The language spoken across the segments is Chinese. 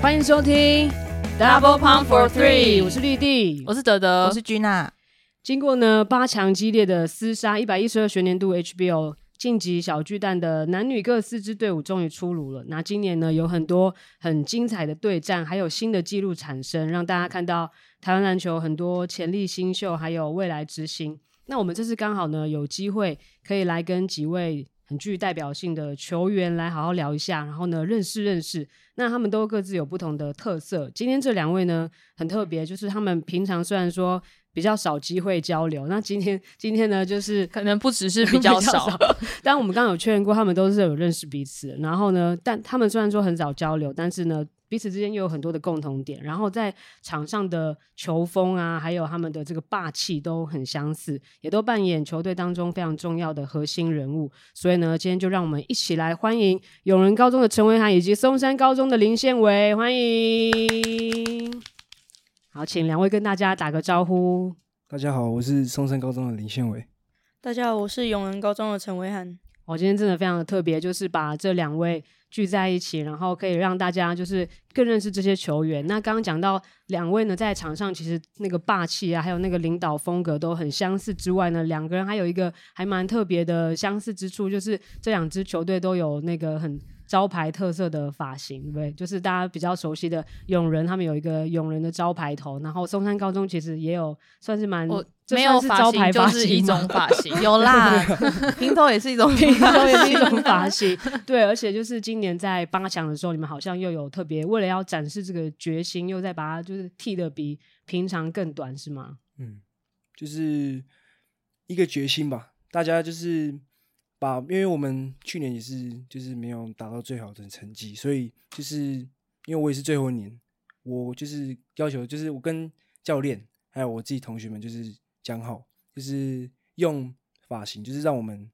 欢迎收听 Double Pound for Three 我是绿地。我是德德，我是君娜，，经过呢八强激烈的厮杀，一百一十二学年度 HBO 晋级小巨蛋的男女各四支队伍终于出炉了。那今年呢有很多很精彩的对战，还有新的纪录产生，让大家看到台湾篮球很多潜力新秀，还有未来之星。那我们这次刚好呢有机会可以来跟几位很具代表性的球员来好好聊一下，然后呢认识认识。那他们都各自有不同的特色。今天这两位呢很特别，就是他们平常虽然说比较少机会交流，那今天今天呢就是可能不只是比较少， 但我们刚刚有确认过，他们都是有认识彼此的。然后呢，但他们虽然说很少交流，但是呢，彼此之间又有很多的共同点。然后在场上的球风啊，还有他们的这个霸气都很相似，也都扮演球队当中非常重要的核心人物。所以呢，今天就让我们一起来欢迎永仁高中的陈维涵以及松山高中的林宪伟，欢迎。好，请两位跟大家打个招呼。大家好，我是松山高中的林宪伟。大家好，我是永仁高中的陈维涵。我哦今天真的非常的特别，就是把这两位聚在一起，然后可以让大家就是更认识这些球员。那刚刚讲到两位呢，在场上其实那个霸气啊，还有那个领导风格都很相似之外呢，两个人还有一个还蛮特别的相似之处，就是这两支球队都有那个很。招牌特色的发型，对不对？就是大家比较熟悉的永仁，他们有一个永仁的招牌头，然后松山高中其实也有算是蛮我这哦没算有是发招牌型就发是一型吗种发型有啦，平头也是一 种平头也是一种发型，对，而且就是今年在八强的时候，你们好像又有特别为了要展示这个决心，又再把它就是剃的比平常更短，是吗？嗯，就是一个决心吧，大家就是把，因为我们去年也是就是没有达到最好的成绩，所以就是因为我也是最后一年，我就是要求就是我跟教练还有我自己同学们就是讲好，就是用发型，就是让我们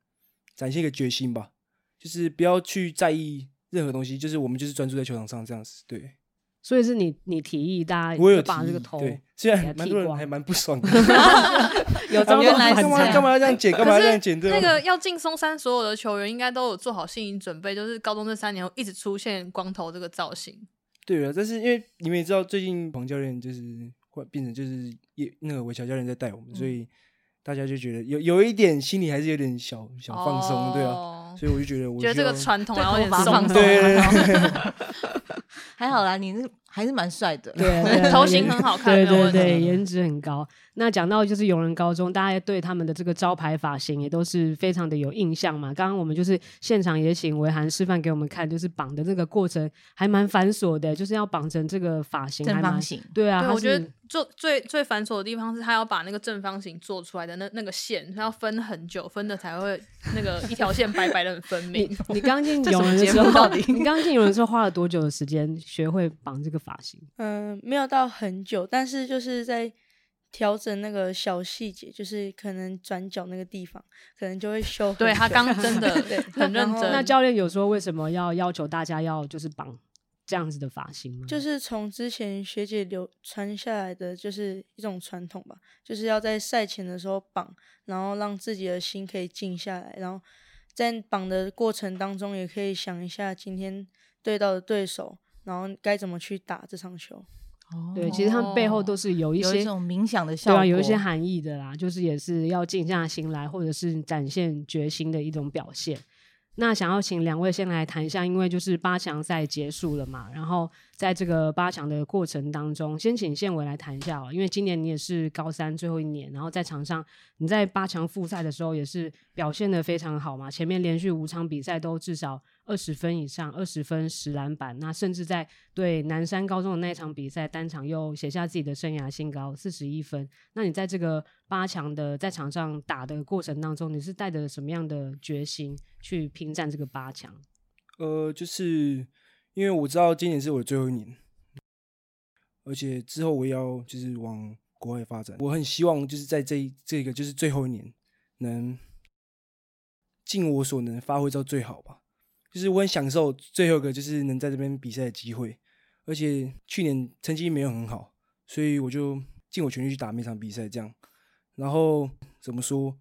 展现一个决心吧，就是不要去在意任何东西，就是我们就是专注在球场上这样子，对。所以是你你提议大家我有把提这个议头对，虽给它然蛮剃多人光还蛮不爽的，有这他么们原说来是干嘛这样干嘛要这样剪，干嘛要这样剪？对吧那个要进松山，所有的球员应该都有做好心理准备，就是高中这三年会一直出现光头这个造型。 对啊了，但是因为你们也知道，最近黄教练就是会变成就是也那个韦乔教练在带我们，所以大家就觉得有有一点心里还是有点小小放松，对啊，哦所以我就觉得我觉得这个需要传统对然后有点头发松放动，对对对对还好啦，你是还是蛮帅的。对对对头型很好看对没有对问题对，颜值很高。那讲到就是永仁高中，大家对他们的这个招牌发型也都是非常的有印象嘛。刚刚我们就是现场也请维涵示范给我们看，就是绑的这个过程还蛮繁琐的，就是要绑成这个发型，还 正蛮方形对啊，对，它我觉是得做最最繁琐的地方是他要把那个正方形做出来的那那个线，他要分很久，分的才会那个一条线白白的很分明你。 你刚进什永么仁的节时目候到底，你刚进永仁的时候花了多久的时间学会绑这个发型？嗯，没有到很久，但是就是在调整那个小细节，就是可能转角那个地方，可能就会修很久。对他刚真的对很认真，那教练有说为什么要要求大家要就是绑这样子的发型吗？就是从之前学姐流传下来的，就是一种传统吧，就是要在赛前的时候绑，然后让自己的心可以静下来，然后在绑的过程当中，也可以想一下今天对到的对手，然后该怎么去打这场球。哦对，其实他们背后都是有一有些一种冥想的效对果，啊，有一些 含义的啦，就是也是要静下心来，或者是展现决心的一种表现。那想要请两位先来谈一下，因为就是八强赛结束了嘛，然后在这个八强的过程当中，先请宪伟来谈一下哦，因为今年你也是高三最后一年，然后在场上你在八强复赛的时候也是表现的非常好嘛，前面连续五场比赛都至少二十分以上，二十分十篮板，那甚至在对南山高中的那一场比赛，单场又写下自己的生涯新高四十一分。那你在这个八强的在场上打的过程当中，你是带着什么样的决心去拼战这个八强？呃，就是因为我知道今年是我的最后一年，而且之后我也要就是往国外发展。我很希望就是在这一这个就是最后一年，能尽我所能发挥到最好吧。就是我很享受最后一个就是能在这边比赛的机会，而且去年成绩没有很好，所以我就尽我全力去打每场比赛这样。然后怎么说？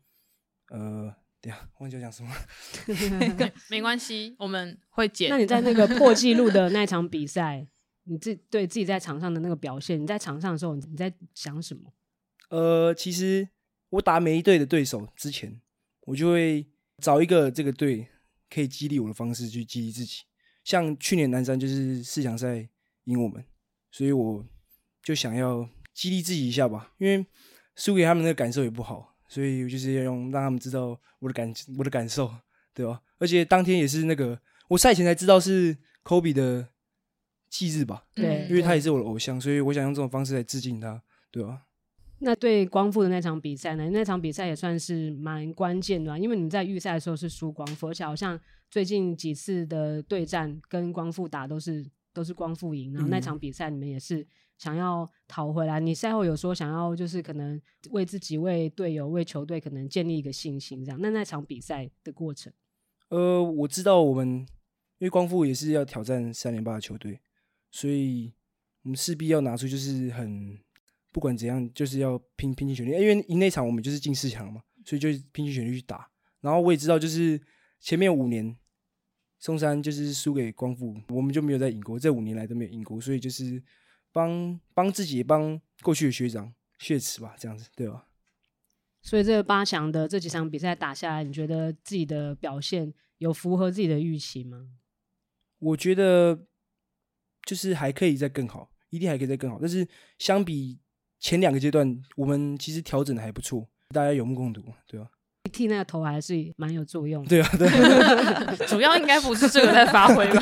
呃，等一下忘记要讲什么了。没关系，我们会剪嗯那。你在那个破纪录的那场比赛，你自对自己在场上的那个表现，你在场上的时候，你在想什么？呃，其实我打每一队的对手之前，我就会找一个这个队可以激励我的方式去激励自己。像去年南山就是四强赛赢我们，所以我就想要激励自己一下吧，因为输给他们的感受也不好，所以我就是要用让他们知道我的感我的感受，对吧？而且当天也是那个我赛前才知道是 Kobe 的忌日吧，对因为他也是我的偶像，所以我想用这种方式来致敬他，对吧？那对光复的那场比赛呢？那场比赛也算是蛮关键的、啊，因为你们在预赛的时候是输光复，而且好像最近几次的对战跟光复打都是都是光复赢，然后那嗯场比赛你们也是想要讨回来。你赛后有说想要就是可能为自己、为队友、为球队可能建立一个信心，这样。那那场比赛的过程，呃，我知道我们因为光复也是要挑战三连霸的球队，所以我们势必要拿出就是很不管怎样，就是要拼拼尽全力。因为赢那场我们就是进四强了嘛，所以就拼尽全力去打。然后我也知道，就是前面五年松山就是输给光复，我们就没有再赢过，这五年来都没有赢过，所以就是帮帮自己，也帮过去的学长血池吧，这样子对吧？所以这八强的这几场比赛打下来，你觉得自己的表现有符合自己的预期吗？我觉得就是还可以再更好，一定还可以再更好。但是相比前两个阶段，我们其实调整的还不错， 大家有目共睹，对吧、剃那个头还是蛮有作用的。对啊，对啊主要应该不是这个在发挥吧？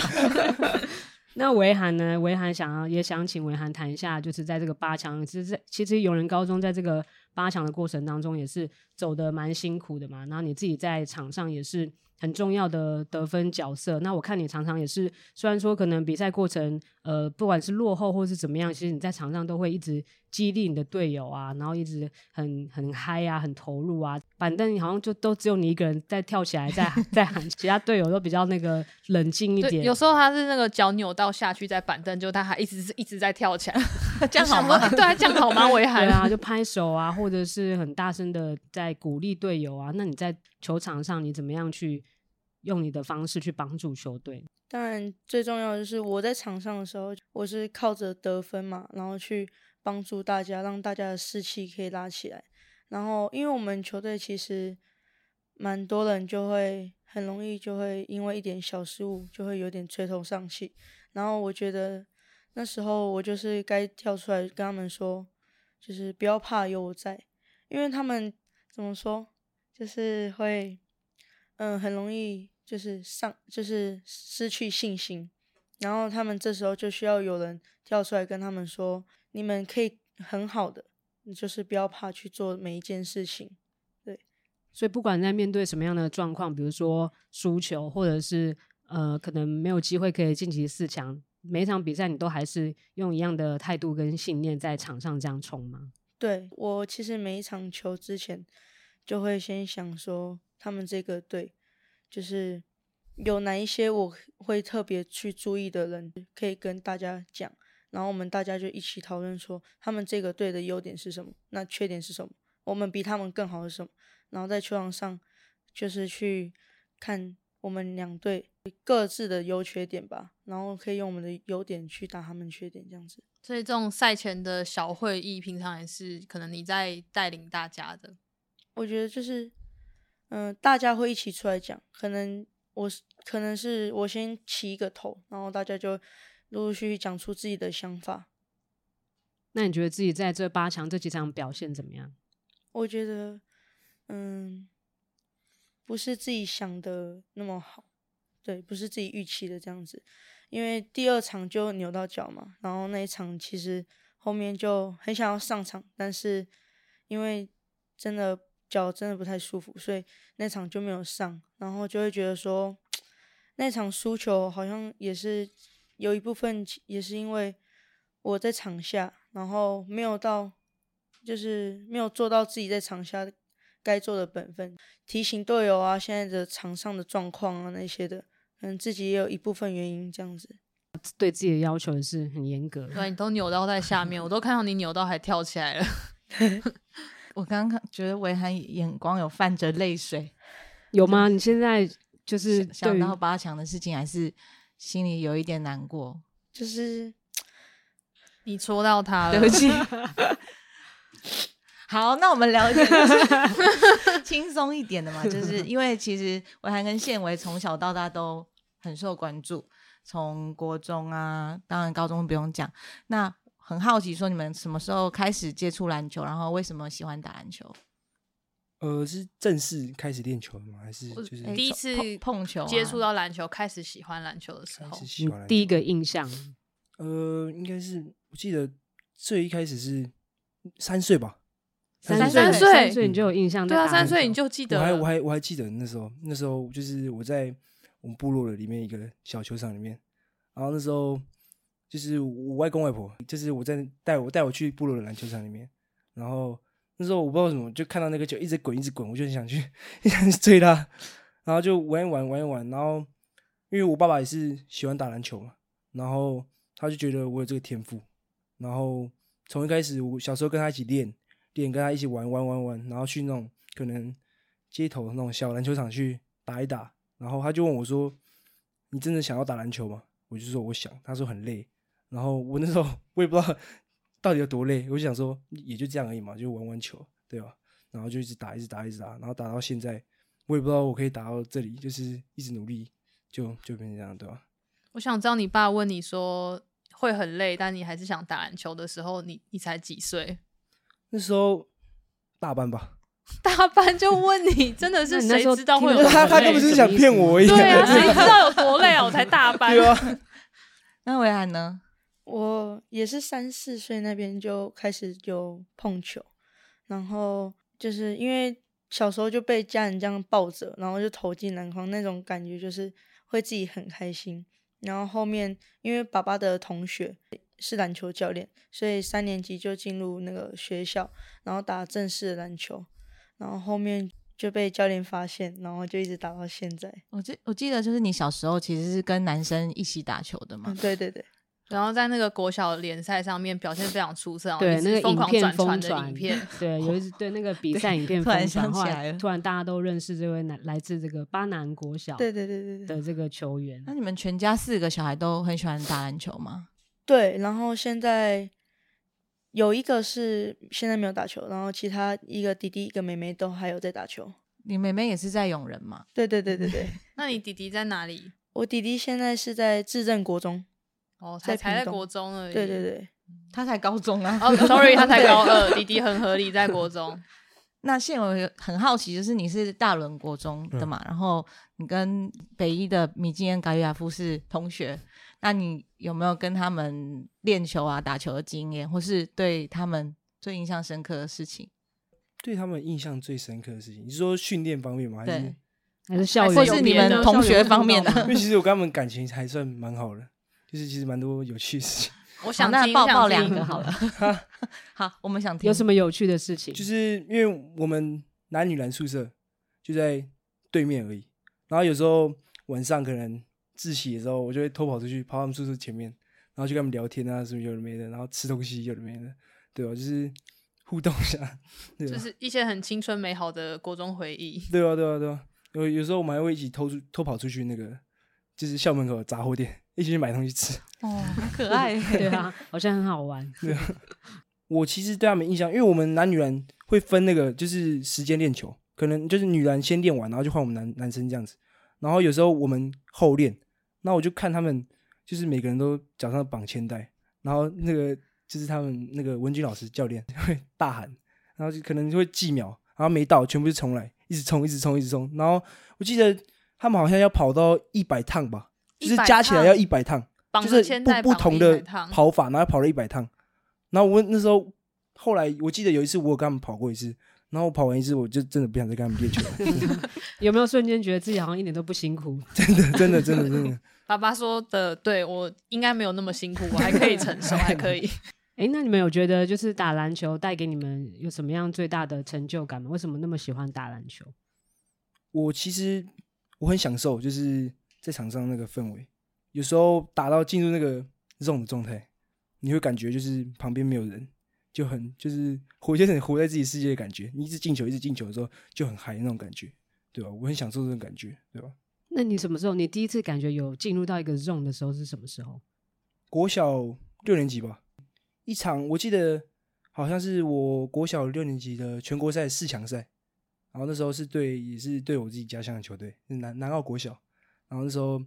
那维涵呢？维涵想要也想请维涵谈一下，就是在这个八强，其实在其实永仁高中在这个八强的过程当中也是走的蛮辛苦的嘛。然后你自己在场上也是很重要的得分角色。那我看你常常也是，虽然说可能比赛过程呃不管是落后或是怎么样，其实你在场上都会一直激励你的队友啊，然后一直很很嗨啊，很投入啊。板凳好像就都只有你一个人在跳起来在在喊， 其他队友都比较那个冷 静一对，点。有时候他是那个脚扭到下去在板凳，就他还一直是一直在跳起来，这样好吗？ 对啊，这样好吗？维对涵 啊，就拍手啊，或者是很大声的在鼓励队友啊。那你在球场上，你怎么样去用你的方式去帮助球队？当然，最重要的就是我在场上的时候，我是靠着得分嘛，然后去帮助大家，让大家的士气可以拉起来。然后，因为我们球队其实蛮多人就会很容易就会因为一点小失误就会有点垂头丧气。然后我觉得那时候我就是该跳出来跟他们说，就是不要怕，有我在，因为他们怎么说，就是会嗯，很容易就是上就是失去信心，然后他们这时候就需要有人跳出来跟他们说，你们可以很好的，你就是不要怕去做每一件事情。所以不管在面对什么样的状况，比如说输球，或者是呃可能没有机会可以晋级四强，每一场比赛你都还是用一样的态度跟信念在场上这样冲吗？对我其实每一场球之前就会先想说，他们这个队就是有哪一些我会特别去注意的人，可以跟大家讲，然后我们大家就一起讨论说，他们这个队的优点是什么，那缺点是什么，我们比他们更好是什么，然后在球场上就是去看我们两队各自的优缺点吧，然后可以用我们的优点去打他们缺点，这样子。所以这种赛前的小会议，平常也是可能你在带领大家的。我觉得就是，嗯、大家会一起出来讲，可能我是可能是我先起一个头，然后大家就陆陆续续讲出自己的想法。那你觉得自己在这八强这几场表现怎么样？我觉得，嗯，不是自己想的那么好，对，不是自己预期的这样子，因为第二场就扭到脚嘛，然后那一场其实后面就很想要上场，但是因为真的脚真的不太舒服，所以那场就没有上，然后就会觉得说，那场输球好像也是有一部分其也是因为我在场下，然后没有到，就是没有做到自己在场下该做的本分，提醒队友啊，现在的场上的状况啊那些的，可能自己也有一部分原因这样子。对自己的要求也是很严格的。对，啊你都扭到在下面，我都看到你扭到还跳起来了。我刚刚觉得维涵眼光有泛着泪水，有吗？你现在就是想对于到八强的事情，还是心里有一点难过。就是你戳到他了对不，起。 好，那我们聊一点就是 轻松一点的嘛，就是因为其实维涵跟宪维从小到大都很受关注，从国中啊，当然高中不用讲。那很好奇，说你们什么时候开始接触篮球，然后为什么喜欢打篮球？呃，是正式开始练球的吗？还是我就是嗯第一从次碰碰球啊接触到篮球，开始喜欢篮球的时开候始，喜欢篮球第一个印象，呃，应该是我记得最一开始是三岁吧，三岁岁三岁你就有印象在对打啊，篮球，三岁你就记得我还我了，还我还记得那时候，那时候就是我在我们部落的里面一个小球场里面，然后那时候就是我外公外婆，就是我在带我带我去部落的篮球场里面，然后那时候我不知道为什么就看到那个球一直滚一直滚，我就很想去很想去追它，然后就玩一玩玩一玩，然后因为我爸爸也是喜欢打篮球嘛，然后他就觉得我有这个天赋，然后从一开始我小时候跟他一起练，练跟他一起玩玩玩玩，然后去那种可能街头那种小篮球场去打一打，然后他就问我说：“你真的想要打篮球吗？”我就说：“我想。”他说：“很累。”然后我那时候我也不知道到底有多累，我就想说也就这样而已嘛，就玩玩球，对吧？然后就一直打，一直打，一直打，然后打到现在，我也不知道我可以打到这里，就是一直努力，就就变成这样，对吧？我想知道你爸问你说会很累，但你还是想打篮球的时候，你你才几岁？ 那时候大班吧，大班就问你，真的那是你那谁时候知道会有听多得懂他累？啊他根 本就是想骗我而已，啊对 啊，谁知道有多累啊？我才大班，对啊，那维涵呢？我也是三四岁那边就开始有碰球，然后就是因为小时候就被家人这样抱着，然后就投进篮筐，那种感觉就是会自己很开心。然后后面因为爸爸的同学是篮球教练，所以三年级就进入那个学校，然后打正式的篮球，然后后面就被教练发现，然后就一直打到现在。我记我记得就是你小时候其实是跟男生一起打球的嘛嗯，，对对对。然后在那个国小联赛上面表现非常出色，然后对一直那个疯影狂片转疯传的 影片，，对，有一次对那个比赛影片突然疯传，想起后来来了突然大家都认识这位来来自这个巴南国小对对对对对的这个球员，那你们全家四个小孩都很喜欢打篮球吗？对，然后现在有一个是现在没有打球，然后其他一个弟弟一个妹妹都还有在打球。你妹妹也是在永仁嘛？对对对对对，那你弟弟在哪里？我弟弟现在是在智正国中。哦，才在才屏在东国中而已。对对。对，她才高中啊！哦，sorry，他才高二，弟弟很合理，在国中。 那现在我有很好奇，就是你是大伦国中的嘛，然后你跟北一的米金恩、嘎约亚夫是同学，那你有没有跟他们练球啊、打球的经验，或是对他们最印象深刻的事情？对他们印象最深刻的事情，你是说训练方面吗？还对是？还是校园，或还是哦别你的们同学方面的校园因运动为吗其实我跟他们感情还算蛮好的，就是其实蛮多有趣的事情。我想好那听抱抱想听两个好了。 好，我们想听有什么？么有趣的事情？就是因为我们男女篮宿舍就在对面而已，然后有时候晚上可能自习的时候，我就会偷跑出去，跑到他们宿舍前面，然后就跟他们聊天啊，什么有的没的，然后吃东西有的没的，对吧、啊就是互动一下，对啊吧、就是一些很青春美好的国中回 忆。对啊，对啊，对啊。有有时候我们还会一起偷出偷跑出去那个，就是校门口的杂货店，一起去买东西吃。哦，很可爱。对啊，好像很好玩。 我其实对他们印象，因为我们男女篮会分那个就是时间练球，可能就是女篮先练完，然后就换我们男男生这样子。然后有时候我们后练，那我就看他们就是每个人都脚上绑铅带，然后那个就是他们那个文军老师教练会大喊，然后就可能就会计秒，然后没到全部是重来，一直冲，一直冲，一直冲。然后我记得他们好像要跑到一百趟吧，就是100加起来趟要一百趟。绑就着是铅不带，不绑着同一的百趟跑法，然后跑了一百趟。然后我那时候后来我记得有一次我有跟他们跑过一次，然后我跑完一次我就真的不想再跟他们练球了， 有没有瞬间觉得自己好像一点都不辛苦？真的真的真的真的。爸爸说的，对我应该没有那么辛苦，我还可以承 受，还可以。哎，那你们有觉得就是打篮球带给你们有什么样最大的成就感吗？为什么那么喜欢打篮球？我其实我很享受就是在场上那个氛围，有时候打到进入那个 zone 的状态，你会感觉就是旁边没有人，就很就是活就很活在自己世界的感觉。你一直进球一直进球的时候就很嗨那种感觉，对吧？我很享受这种感觉，对吧？那你什么时候你第一次感觉有进入到一个 zone 的时候是什么时候？国小六年级吧，一场，我记得好像是我国小六年级的全国赛四强赛，然后那时候是对也是对我自己家乡的球队南南澳国小，然后那时候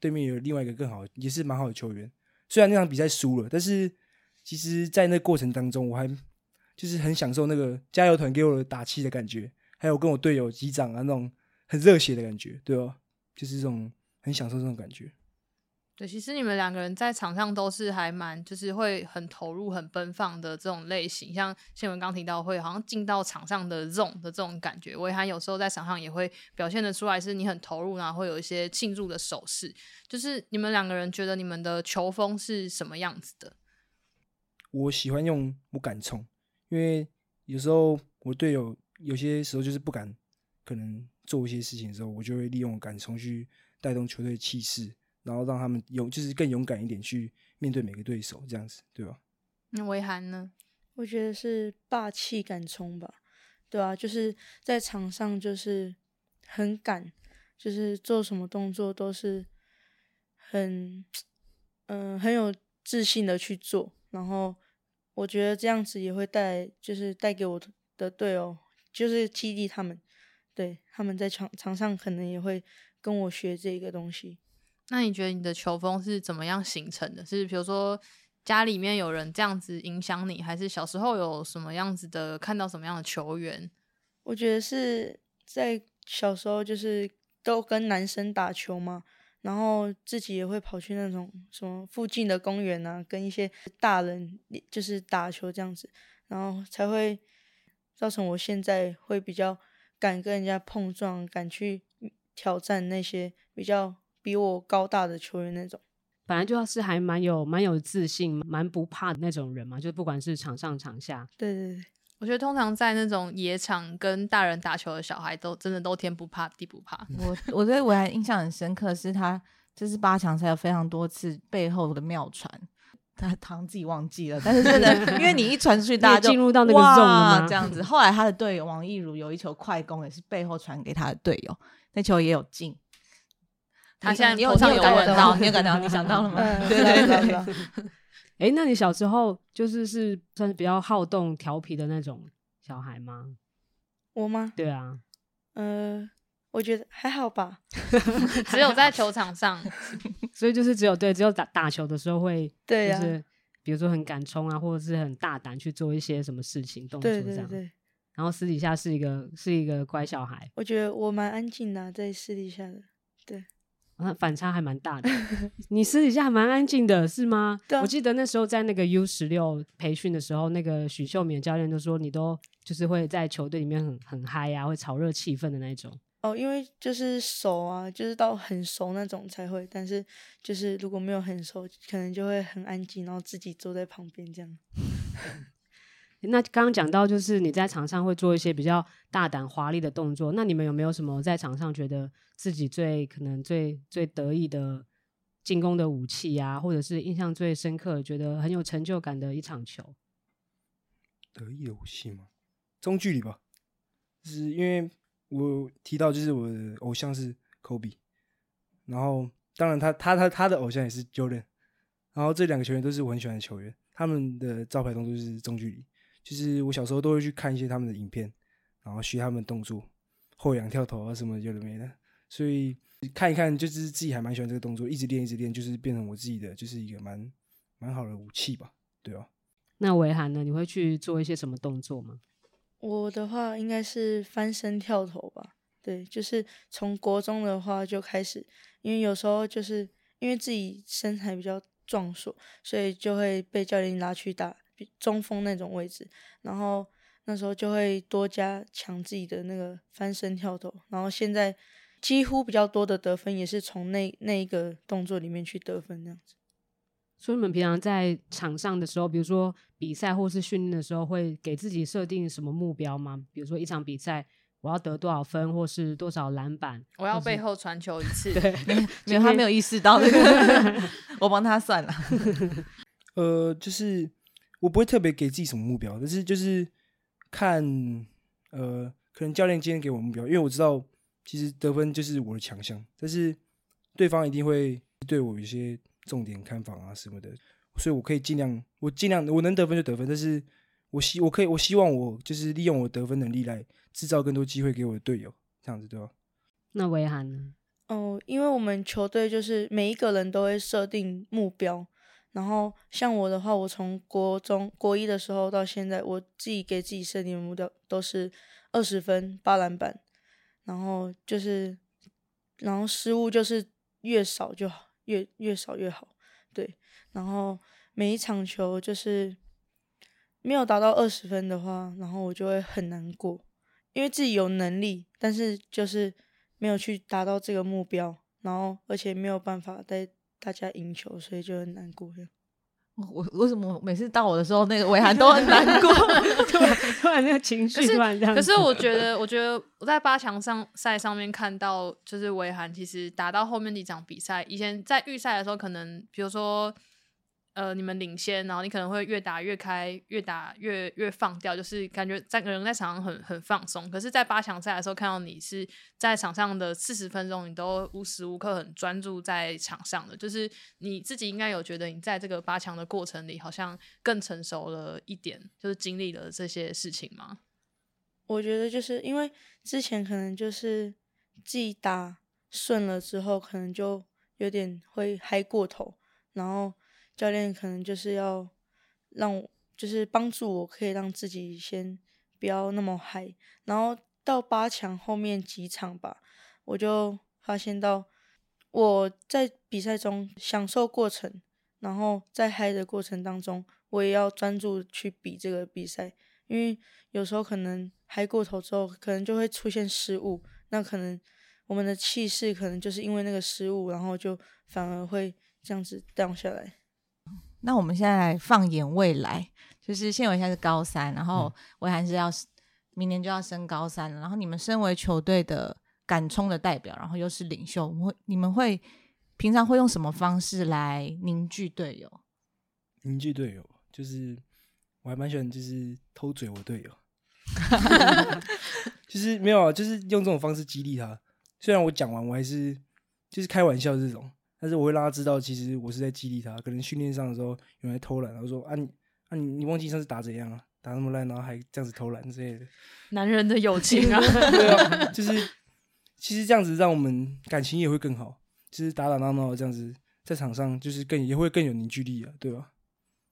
对面有另外一个更好也是蛮好的球员，虽然那场比赛输了，但是其实在那过程当中我还就是很享受那个加油团给我的打气的感觉，还有跟我队友击掌啊那种很热血的感觉，对哦，就是这种很享受这种感觉。对，其实你们两个人在场上都是还蛮，就是会很投入、很奔放的这种类型。像宪文刚提到，会好像进到场上的 zone 的这种感觉。维涵有时候在场上也会表现得出来，是你很投入，然后会有一些庆祝的手势。就是你们两个人觉得你们的球风是什么样子的？我喜欢用我敢冲，因为有时候我队友有些时候就是不敢，可能做一些事情的时候，我就会利用我敢冲去带动球队的气势，然后让他们勇就是更勇敢一点去面对每个对手，这样子对吧？那维涵呢？我觉得是霸气敢冲吧，对啊，就是在场上就是很敢，就是做什么动作都是很，嗯、很有自信的去做。然后我觉得这样子也会带，就是带给我的队友，就是激励他们，对，他们在场场上可能也会跟我学这个东西。那你觉得你的球风是怎么样形成的？是比如说家里面有人这样子影响你，还是小时候有什么样子的看到什么样的球员？我觉得是在小时候就是都跟男生打球嘛，然后自己也会跑去那种什么附近的公园啊，跟一些大人就是打球这样子，然后才会造成我现在会比较敢跟人家碰撞，敢去挑战那些比较比我高大的球员那种。本来就是还蛮有蛮有自信、蛮不怕的那种人嘛，就不管是场上场下，对对对，我觉得通常在那种野场跟大人打球的小孩都真的都天不怕地不怕。 我 我对维安印象很深刻，是他这是八强赛有非常多次背后的妙传，他他好像自己忘记了，但是真的因为你一传 出去，大家就进入到那个哇 zone 了吗这样子。后来他的队友王义儒有一球快攻，也是背后传给他的队友，那球也有进。他现在你有头上你有有感纹觉到到，你有感觉到，你想 到了吗？嗯，对知道对知道知对道。诶，那你小时候就是是算是比较好动、调皮的那种小孩吗？我吗？对啊，呃，我觉得还好吧。只有在球场上，所以就是只有对，只有打打球的时候会，嗯对就呀、是比如说很敢冲啊，或者是很大胆去做一些什么事情动作对这对样。对，然后私底下是一个是一个乖小孩，我觉得我蛮安静的啊、在私底下的。啊，反差还蛮大的。 你私底下还蛮安静的，是吗？对啊我记得那时候在那个 U 十六培训的时候，那个许秀敏教练就说，你都就是会在球队里面很很嗨啊，会炒热气氛的那种。哦，因为就是熟啊，就是到很熟那种才会，但是就是如果没有很熟，可能就会很安静，然后自己坐在旁边这样。那刚刚讲到，就是你在场上会做一些比较大胆华丽的动作。那你们有没有什么在场上觉得自己最可能最最得意的进攻的武器啊，或者是印象最深刻、觉得很有成就感的一场球？得意的武器吗？中距离吧，就是因为我提到就是我的偶像是科比，然后当然他他他他的偶像也是 Jordan，然后这两个球员都是我很喜欢的球员，他们的招牌动作就是中距离，就是我小时候都会去看一些他们的影片，然后学他们的动作，后仰跳投啊什么有的没的，所以看一看就是自己还蛮喜欢这个动作，一直练一直练，就是变成我自己的就是一个蛮蛮好的武器吧，对啊。那维涵呢？你会去做一些什么动作吗？我的话应该是翻身跳投吧，对，就是从国中的话就开始，因为有时候就是因为自己身材比较壮硕，所以就会被教练拉去打比中锋那种位置，然后那时候就会多加强自己的那个翻身跳投，然后现在几乎比较多的得分也是从那那一个动作里面去得分这样子。所以你们平常在场上的时候，比如说比赛或是训练的时候，会给自己设定什么目标吗？比如说一场比赛，我要得多少分，或是多少篮板？我或要是背后传球一次。对，没有，他没有意识到 这个，我帮他算了。 呃，就是我不会特别给自己什么目标，但是就是看呃，可能教练今天给我目标，因为我知道其实得分就是我的强项，但是对方一定会对我有一些重点看法啊什么的，所以我可以尽量，我尽量我能得分就得分，但是我希我可以我希望我就是利用我得分能力来制造更多机会给我的队友，这样子对吧？那维涵呢？哦，因为我们球队就是每一个人都会设定目标，然后像我的话，我从国中国一的时候到现在，我自己给自己设定的目标都是二十分、八篮板，然后就是，然后失误就是越少就好，越越少越好，对。然后每一场球就是没有达到二十分的话，然后我就会很难过，因为自己有能力，但是就是没有去达到这个目标，然后而且没有办法带大家赢球，所以就很难过。这样我为什么每次到我的时候，那个伟涵都很难过？突然突然那个情绪可是突然这样子，可是我觉得，我觉得我在八强上赛上面看到，就是维涵其实打到后面几场比赛，以前在预赛的时候，可能比如说，呃，你们领先，然后你可能会越打越开，越打越越放掉，就是感觉在人在场上很很放松。可是，在八强赛的时候，看到你是在场上的四十分钟，你都无时无刻很专注在场上的，就是你自己应该有觉得你在这个八强的过程里，好像更成熟了一点，就是经历了这些事情吗？我觉得就是因为之前可能就是自己打顺了之后，可能就有点会嗨过头，然后教练可能就是要让我，就是帮助我可以让自己先不要那么嗨，然后到八强后面几场吧，我就发现到我在比赛中享受过程，然后在嗨的过程当中，我也要专注去比这个比赛，因为有时候可能嗨过头之后，可能就会出现失误，那可能我们的气势可能就是因为那个失误，然后就反而会这样子 down 下来。那我们现在来放眼未来，就是现在我现在是高三，然后我还是要明年就要升高三了。然后你们身为球队的敢冲的代表，然后又是领袖，我们会你们会平常会用什么方式来凝聚队友？凝聚队友，就是我还蛮喜欢，就是偷嘴我队友， 就是没有啊，就是用这种方式激励他。虽然我讲完，我还是就是开玩笑这种，但是我会让他知道，其实我是在激励他。可能训练上的时候有人在偷懒，然后说啊你啊你你忘记上次打怎样啊，打那么烂，然后还这样子偷懒之类的。 男人的友情啊，对啊，就是其实这样子让我们感情也会更好，就是打打闹闹这样子，在场上就是更也会更有凝聚力啊，对吧、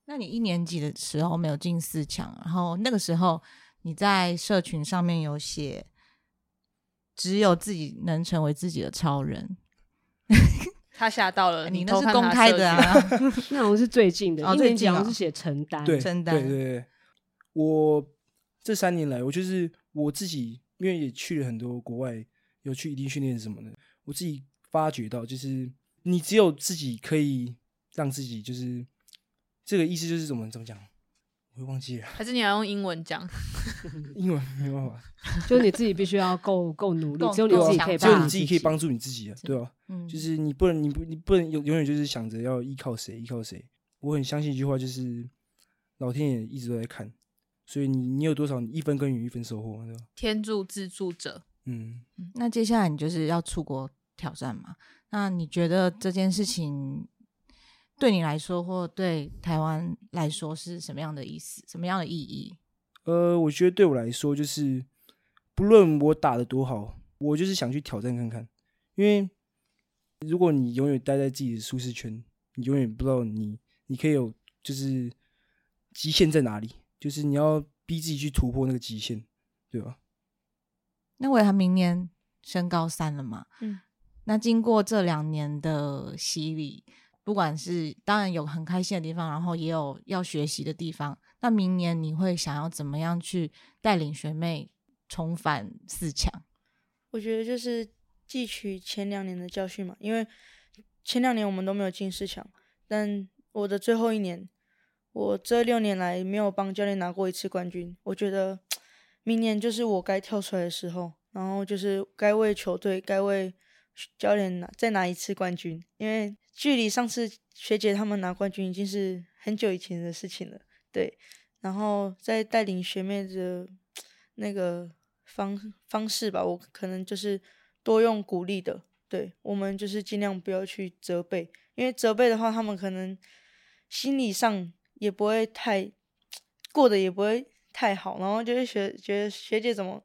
那你一年级的时候没有进四强，然后那个时候你在社群上面有写，只有自己能成为自己的超人。 他吓到了，你那呃偷是看公他开社的群，啊，那我是最近的，哦一最年级近好像哦是写承担， 对，对承对担对，我这三年来，我就是我自己，因为也去了很多国外，有去一定训练什么的，我自己发觉到，就是你只有自己可以让自己，就是这个意思，就是怎么怎么讲，我会忘记了， 还是你要用英文讲？英文没办法，啊就是你自己必须要够够努力够，只有你够自己可以强只有帮你自己可以帮助你自己啊，对吧、 嗯，就是你不能，你不，你不能永永远就是想着要依靠谁，依靠谁。我很相信一句话，就是老天爷一直都在看，所以你你有多少，你一分耕耘一分收获，对吧？天助自助者，嗯，嗯那接下来你就是要出国挑战嘛？那你觉得这件事情对你来说，或对台湾来说是什么样的意思？什么样的意义？呃，我觉得对我来说，就是不论我打的多好，我就是想去挑战看看。因为如果你永远待在自己的舒适圈，你永远不知道你你可以有就是极限在哪里，就是你要逼自己去突破那个极限，对吧？那我他明年升高三了嘛？嗯，那经过这两年的洗礼，不管是当然有很开心的地方，然后也有要学习的地方。那明年你会想要怎么样去带领学妹重返四强？我觉得就是汲取前两年的教训嘛，因为前两年我们都没有进四强，但我的最后一年，我这六年来没有帮教练拿过一次冠军，我觉得明年就是我该跳出来的时候，然后就是该为球队、该为教练拿再拿一次冠军，因为距离上次学姐他们拿冠军已经是很久以前的事情了，对，然后再带领学妹的那个方方式吧，我可能就是多用鼓励的，对我们就是尽量不要去责备，因为责备的话，他们可能心理上也不会太过得也不会太好，然后就会学觉得学姐怎么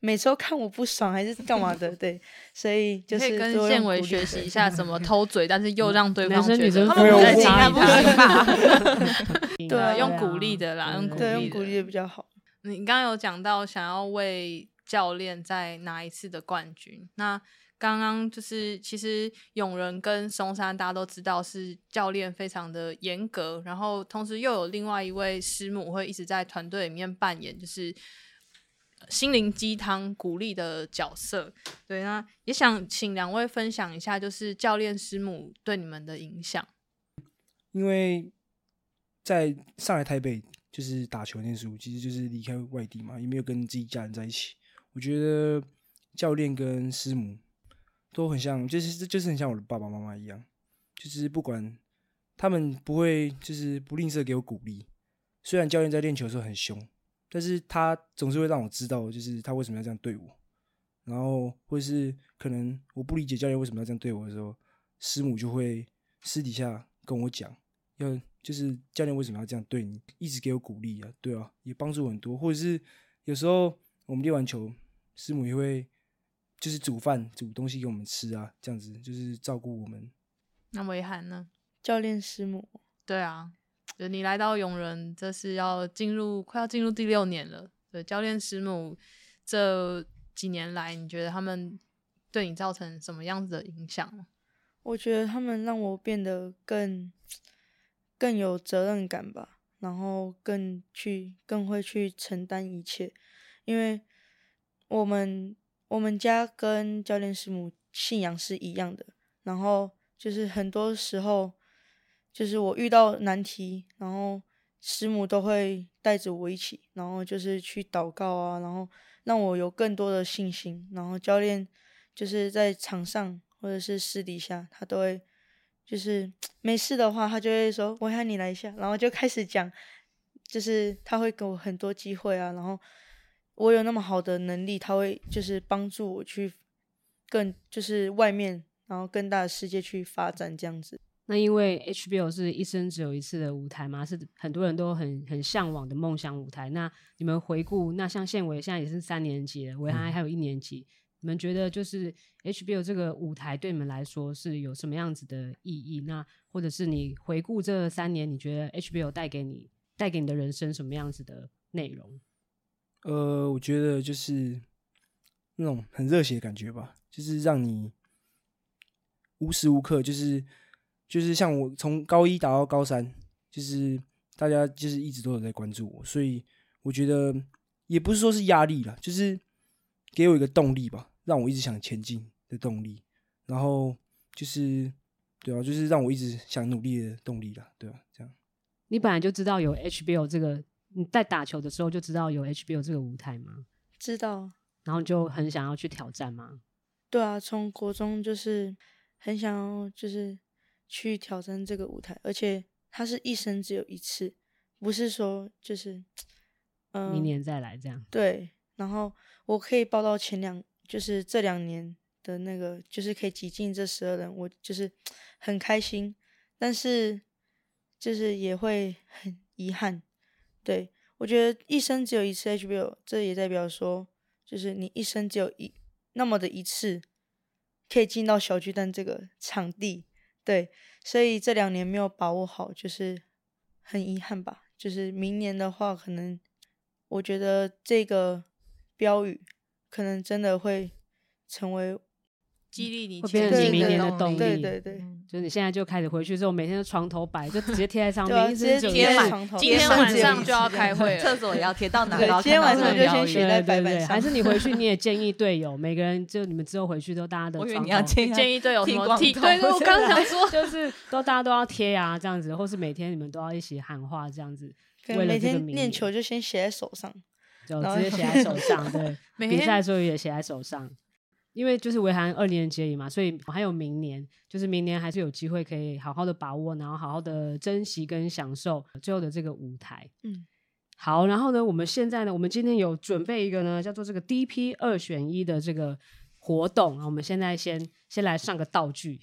每次都看我不爽还是干嘛的， 对，所以就可是以跟多用宪鼓伟励学的习一下怎么偷嘴，但是又让对男方生觉女得生他们们不没有在我差应该异 大不行吧？对啊用鼓励的啦用对用鼓鼓励励的的比较好。你刚刚有讲到想要为教练再拿一次的冠军，那刚刚就是其实永仁跟松山大家都知道是教练非常的严格，然后同时又有另外一位师母会一直在团队里面扮演就是呃心灵鸡汤鼓励的角色。对，那也想请两位分享一下，就是教练师母对你们的影响。因为在上海、台北就是打球念书，其实就是离开外地嘛，也没有跟自己家人在一起。我觉得教练跟师母都很像，就是就是很像我的爸爸妈妈一样，就是不管他们不会就是不吝啬给我鼓励。虽然教练在练球的时候很凶，但是他总是会让我知道，就是他为什么要这样对我。然后，或是可能我不理解教练为什么要这样对我的时候，师母就会私底下跟我讲，要就是教练为什么要这样对你，一直给我鼓励啊，对啊，也帮助我很多。或者是有时候我们练完球，师母也会就是煮饭、煮东西给我们吃啊，这样子就是照顾我们。那维涵呢？教练师母，对啊，就你来到永仁，这是要进入快要进入第六年了。对，教练师母这几年来，你觉得他们对你造成什么样子的影响吗？我觉得他们让我变得更更有责任感吧，然后更去更会去承担一切，因为我们我们家跟教练师母信仰是一样的，然后就是很多时候就是我遇到难题，然后师母都会带着我一起，然后就是去祷告啊，然后让我有更多的信心，然后教练。就是在场上或者是私底下，他都会就是没事的话，他就会说“我喊你来一下”，然后就开始讲，就是他会给我很多机会啊，然后我有那么好的能力，他会就是帮助我去更就是外面，然后更大的世界去发展这样子。那因为 HBO 是一生只有一次的舞台嘛，是很多人都很很向往的梦想舞台。那你们回顾，那像宪伟现在也是三年级了，维涵还有一年级，你们觉得就是 HBO 这个舞台对你们来说是有什么样子的意义？那或者是你回顾这三年，你觉得 HBO 带给你带给你的人生什么样子的内容？呃，我觉得就是那种很热血的感觉吧，就是让你无时无刻就是就是像我从高一打到高三，就是大家就是一直都有在关注我，所以我觉得也不是说是压力啦，就是给我一个动力吧，让我一直想前进的动力，然后就是对啊，就是让我一直想努力的动力啦，对啊， 这样。你本来就知道有 HBO 这个，你在打球的时候就知道有 HBO 这个舞台吗？知道，然后你就很想要去挑战吗？对啊，从国中就是很想要，就是去挑战这个舞台，而且它是一生只有一次，不是说就是，嗯、明年再来这样。对，然后我可以报到前两，就是这两年的那个，就是可以挤进这十二人，我就是很开心，但是就是也会 很遗憾。对我觉得一生只有一次 HBO，这也代表说，就是你一生只有一那么的一次，可以进到小巨蛋这个场地。对，所以这两年没有把握好，就是很遗憾吧。就是明年的话，可能我觉得这个标语可能真的会成为激励你会前变成进明年的动动力嗯对对对，就是你现在就开始回去之后，每天都床头摆，就直接贴在 上对啊面，一直接直就贴对满对床头今天晚上就要开会了厕所 也要贴到哪？对然后今天看到晚上这个就先标语写在白对板对，上还是你回去你也建议队友，每个人就你们之后回去都大家的我以为床你要头，建议建议队友什剃么光剃？头对，对我刚刚想 说就是都大家都要贴啊，这样子，或是每天你们都要一起喊话这样子，可为能了每这个天名练义球就先写在手上。就然后直接写在手上，对，每比天赛的时候也写在手上。因为就是维涵二年级而已嘛，所以还有明年，就是明年还是有机会可以好好的把握，然后好好的珍惜跟享受最后的这个舞台。嗯，好，然后呢，我们现在呢，我们今天有准备一个呢，叫做这个 DP 二选一的这个活动啊，我们现在先先来上个道具。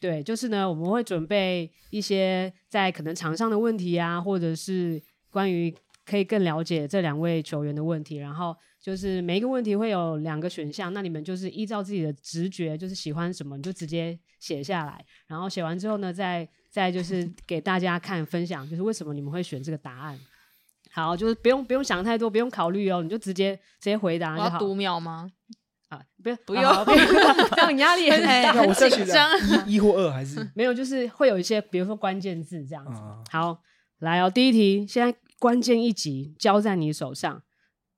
对，就是呢，我们会准备一些在可能场上的问题啊，或者是关于可以更了解这两位球员的问题。然后就是每一个问题会有两个选项，那你们就是依照自己的直觉，就是喜欢什么你就直接写下来。然后写完之后呢，再再 就是给大家看分享，就是为什么你们会选这个答案。好，就是不用不用想太多，不用考虑哦，你就直接直接回答我就要好。读秒吗？啊，不要 不啊用好 这样你压力也很大。那我很再紧写张的一一或二还 是没有，就是会有一些，比如说关键字这样子。啊？好，来哦，第一题，现在关键一集交在你手上，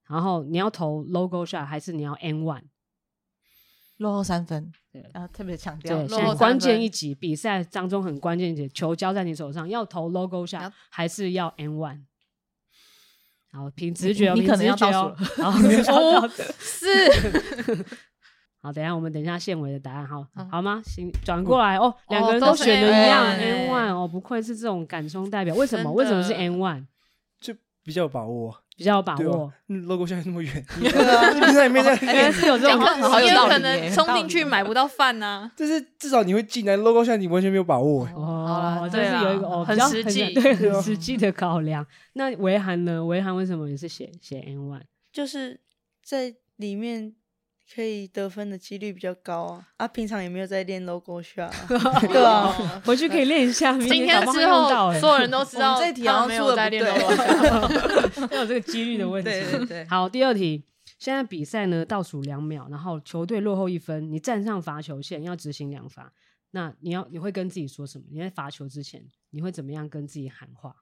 然后你要投 logo shot 还是你要 n one？落后三分对，然后特别强调对， logo 现落在后三关分键一集比赛当中很关键一集，球交在你手上，要投 logo 你 shot 要还是要 n one？好，凭直觉哦，你凭可能直要觉倒哦。 好，哦是好，等一下我们等一下宪伟的答案，好好好吗？行，转过来哦，两哦个人都是选的一样 N1 ，N one 哦，不愧是这种感冲代表，为什么？真的为什么是 N one 就比较有把握，比较有把对握吧？嗯，logo 现在那 么远，你比赛里面在，原来是有这种讲话好有因为道理可耶能有冲道进理去买不到饭啊 呐。就是至少你会进来，logo 现在你完全没有把握，欸好哦啦，这对是啦有一个哦，很比较实际对，对很啊实际的考量。那维涵呢？维涵为什么也是写写 N one？就是在里面可以得分的几率比较高啊。啊，平常也没有在练 logo shot，、啊、 对啊，回去可以练一下，明搞今天不好之用到后，哎所有人都知我们道这题他好没像有出在的练不 logo 对 要有这个几率的问题。对对对好，第二题，现在比赛呢倒数两秒，然后球队落后一分，你站上罚球线要执行两罚，那你要你会跟自己说什么？你在罚球之前，你会怎么样跟自己喊话？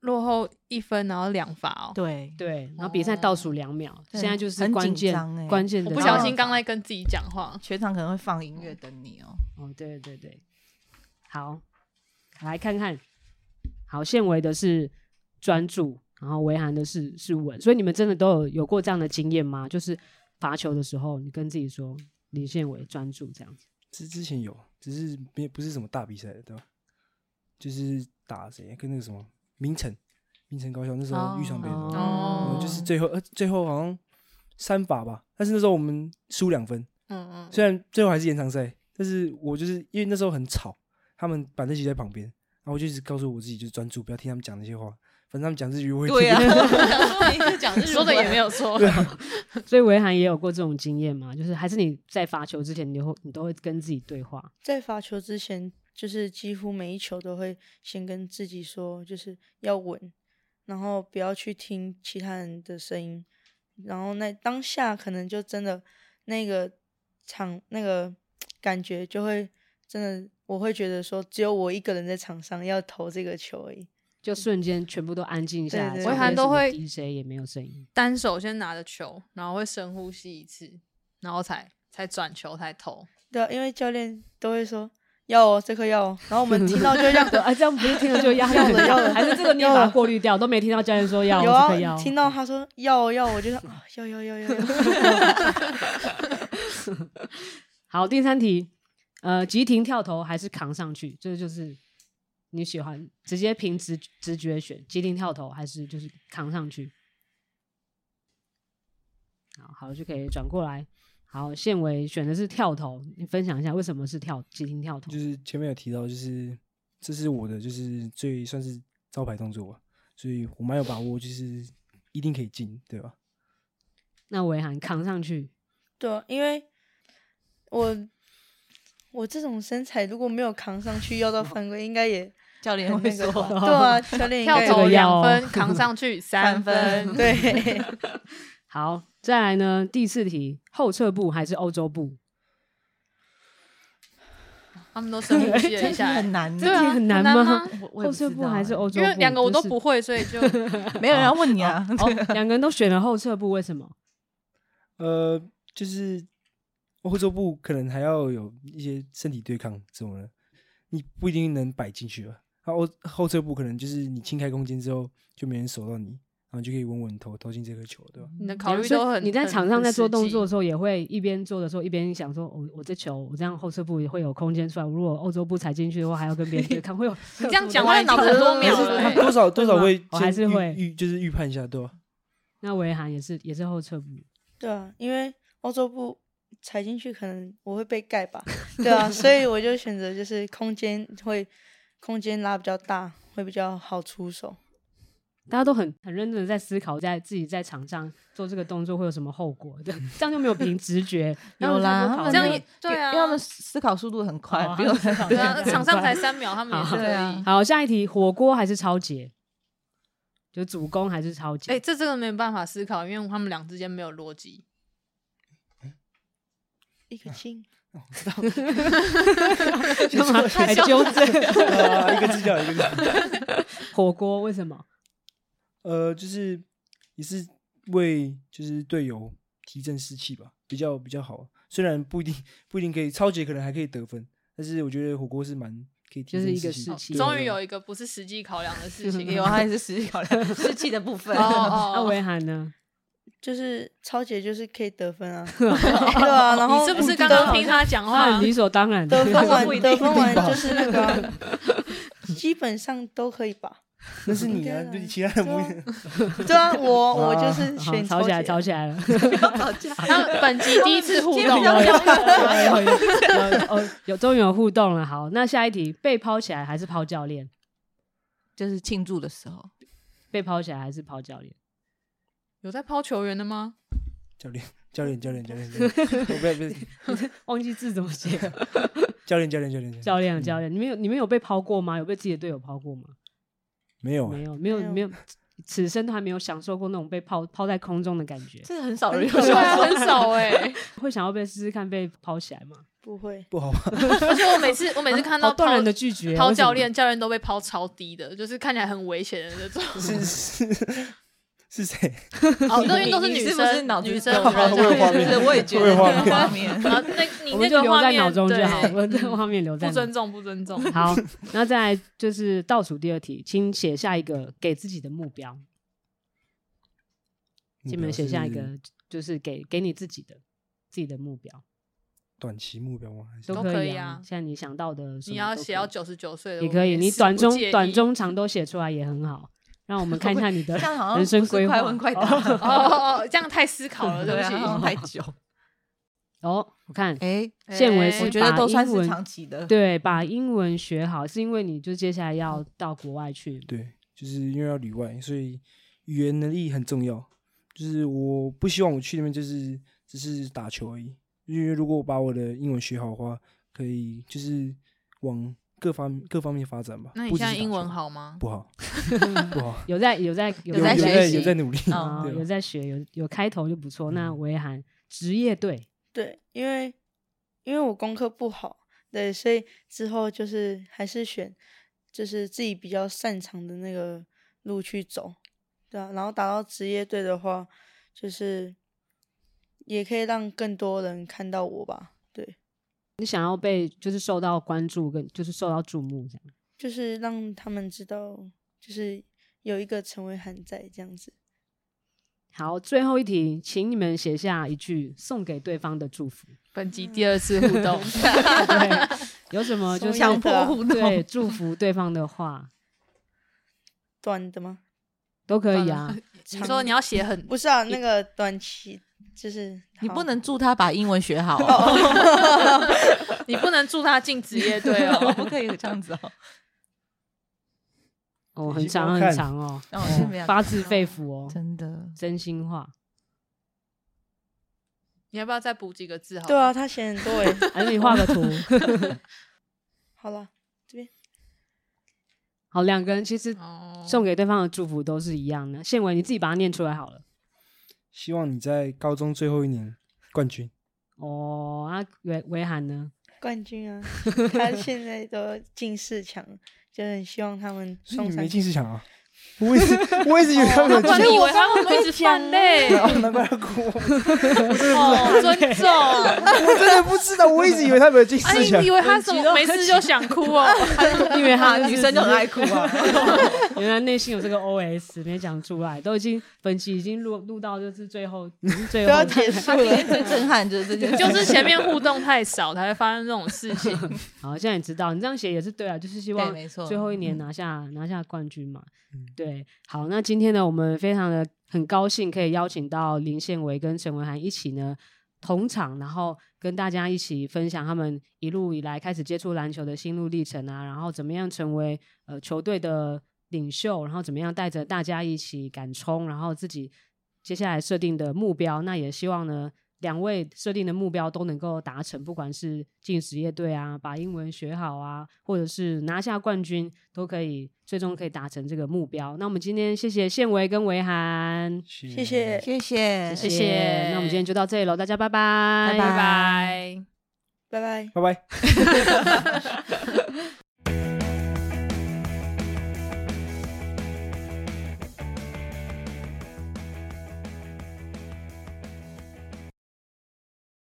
落后一分，然后两罚哦。对，对，然后比赛倒数两秒，对现在就是很关紧键、张欸关键我的哦不两小秒心刚才跟自己讲话，全场可能会放音乐等你哦。哦，对对对，好，来看看，好，现为的是专注，然后维涵的是是稳，所以你们真的都有有过这样的经验吗？就是罚球的时候，你跟自己说李宪伟专注这样子，之之前有，只是没不是什么大比赛的，对吧？就是打谁啊跟那个什么明城，明城高校那时候遇上别人，哦呃哦就是最后呃最后好像三把吧，但是那时候我们输两分，嗯嗯，虽然最后还是延长赛，但是我就是因为那时候很吵，他们板凳席在旁边，然后我就一直告诉我自己就是专注，不要听他们讲那些话，反正他们讲日语我也听不啊懂，你讲日文说的也没有错。 所以维涵也有过这种经验吗？就是还是你在罚球之前，你会你都会跟自己对话，在罚球之前，就是几乎每一球都会先跟自己说，就是要稳，然后不要去听其他人的声音，然后那当下可能就真的那个场那个感觉就会真的，我会觉得说只有我一个人在场上要投这个球而已。就瞬间全部都安静下来，对对场维边涵都什么会滴谁也没有声音。单手先拿着球，然后会深呼吸一次，然后才才转球才投。对啊，因为教练都会说要哦，这颗要哦，然后我们听到就会让 啊，这样不是听了就 压力要了要了还是这个你也 要把它了过滤掉，都没听到教练说要，哦有这个要啊，听到他说要哦要哦，我就想啊要要要要 要，好，第三题，呃，急停跳投还是扛上去？这就是你喜欢直接凭直直觉选，急停跳投还是就是扛上去？好好就可以转过来。好，宪伟选的是跳投，你分享一下为什么是跳急停跳投？就是前面有提到，就是这是我的就是最算是招牌动作吧，所以我蛮有把握，就是一定可以进，对吧？那维涵扛上去，对啊，因为我我这种身材如果没有扛上去要到犯规，应该 也教练很会那个说吧，对 啊，教练应跳该这投个要两哦分，扛上去三三分分。对，好，再来呢？第四题，后撤步还是欧洲步？他们都深呼吸了一这题下，很难，对啊很难很难吗吗？我我也后不知撤道步还是欸欧洲因步？为两个我都就是不会，所以就没有人要问你啊，哦，两个人都选了后撤步，为什么？呃，就是欧洲步可能还要有一些身体对抗什么的，你不一定能摆进去吧。然后后撤步可能就是你清开空间之后，就没人守到你，然后就可以稳稳投投进这颗球，嗯对吧？你的考虑所以都很。你在很场上在做动作，的很实时候，也会一边做的时候一边想说，我我这球我这样后撤步也会有空间出来，如果欧洲步踩进去的话，还要跟别人对抗，会有。际 你这样讲我完的已经脑子很多都秒是了对他欸。多少多少会我还先是预会预就是预判一下，对吧？ 那维涵也是也是后撤步，对啊，因为欧洲步踩进去可能我会被盖吧，对啊，所以我就选择就是空间会空间拉比较大，会比较好出手。大家都很很认真的在思考，在自己在场上做这个动作会有什么后果，对，这样就没有凭直觉。有啦然后他们就不考这样虑也对啊，因为他们思考速度很快，哦比我他们对 啊，对场上才三秒，他们也是可对啊以。好，下一题，火锅还是超节？就主攻还是超节？哎，这这个没办法思考，因为他们俩之间没有逻辑。一嗯个劲， 干嘛还纠正？ 啊，一个字叫一个字，火锅为什么？呃，就是也是为就是队友提振士气吧，比较比较好。虽然不一定不一定可以，超级可能还可以得分，但是我觉得火锅是蛮可以提就是振一个士士气对终对于对有一个不是实际考量的事情。有，啊还是实际考 量士气的部分。哦那哦维涵呢？就是超姐就是可以得 分啊，对啊，然哦，后你是不是刚得刚听他讲那话很？理所当然。 得分不一完定得分完就是那个啊、 基本上都可以吧？那是 你啊，应该对啊其他人不一定。 对啊，我我就哇是好选吵超起来，姐，吵起来了。他本集第一次互他动 们，比较哎呦有哦，有终于有互动了。好，那下一题，被抛起来还是抛教练？ 就是庆祝的时候，被抛起来还是抛教练？有在抛球员的吗？教练，教练，教练，教 练，教练，我不要不是忘记字怎么写。教练，教练，教练，教练，嗯教练，你们有你们有被抛过吗？有被自己的队友抛过吗？没有啊没，有，没有，没有没有，此生都还没有享受过那种被抛抛在空中的感觉。这很少人有对啊，很少哎。会想要被试试看被抛起来吗？不会，不好而且我每次我每次看好到断抛然的拒啊绝，抛为什么教，练，教练都被抛超低的，就是看起来很危险的那种。 是是是谁？哦，那因为都你女是生，不是脑子女生有跑人教我有画练。面就是我也觉得我有画有画面。然后那你 我那们就个留画在面脑中就好，对我这画面留在不脑尊重，不 尊重。好，那再来就是倒数第二题，请写下一个给自己的目标，目请你们标写下一是个就是给给你自己的自己的目标短期目标吗？还是都可可以以啊现在你想到的什么你要都可以写到九十九岁的，也我可以，们你是短不中介意短。中长都写出来也很好，让我 们看一下你的这样好 像人生不是规划。快问快答哦 哦哦，这样太思考 了，对对不啊，好像起。太久。哦，我看哎，宪文哎是我觉得把都算英是文长期的。对，把英文学好，是因为你就接下来要到国外去，对，就是因为要旅外，所以语言能力很重要。就是我不希望我去那边就是只是打球而已，因为如果我把我的英文学好的话，可以就是往各方各方面发展吧。那你不现在只是打英文球好吗？不好？不好，嗯有在有在有有在有学在习有在努力。 嗯啊、对有在学，有有开头就不错。那维涵职业队对，因为因为我功课不好，对，所以之后就是还是选就是自己比较擅长的那个路去走，对啊，然后打到职业队的话，就是也可以让更多人看到我吧，对，你想要被就是受到关注跟就是受到注目这样，就是让他们知道，就是有一个陈伟涵在这样子。好，最后一题，请你们写下一句送给对方的祝福。 本集第二次互动，对，有什么就是强迫互动对祝福对方的话短的吗？都可以啊。你说你要写很不是啊，那个短期就是你好不能祝他把英文学好哦，你不能祝他进职业队哦。啊 不可以这样子 哦。哦，已很经长不很看长哦，那我先不要发自肺腑哦，真的，真心话。 你要不要再补几个字？好了，对啊，他写很多诶、 还是你画个图？好了，好，两个人其实哦，送给对方的祝福都是一样的。宪文，你自己把它念出来好了。希望你在高中最后一年冠军。哦，啊，维维涵呢？ 冠军啊！他现在都进四强了，就很希望他们所以送你上没。进市场啊？我也是，我也是以为他们有不然进你以为他会不会一直犯累？啊，难怪要哭。 哦，尊重。我真的不知道，我一直以为他们有进啊，四强你以。为他怎么没事就想哭哦？因为他啊，女生就很爱哭啊。 原来内心有这个 OS 没讲出来，都已经本期已经录录到就是最后最都要啊后结束他今了，天最震撼就是这件 事，就是前面互动太少，才会发生这种事情。好，现在你知道，你这样写也是对啊，就是希望对没错最后一年拿下、拿下冠军嘛。对，好，那今天呢，我们非常的很高兴可以邀请到林宪维跟陈文涵一起呢。同场，然后跟大家一起分享他们一路以来开始接触篮球的心路历程啊，然后怎么样成为呃球队的领袖，然后怎么样带着大家一起敢冲，然后自己接下来设定的目标，那也希望呢。两位设定的目标都能够达成，不管是进职业队啊，把英文学好啊，或者是拿下冠军，都可以最终可以达成这个目标。那我们今天谢谢宪维跟维涵，谢谢。谢谢，谢谢。那我们今天就到这里喽，大家拜拜，拜拜拜。拜拜。拜拜。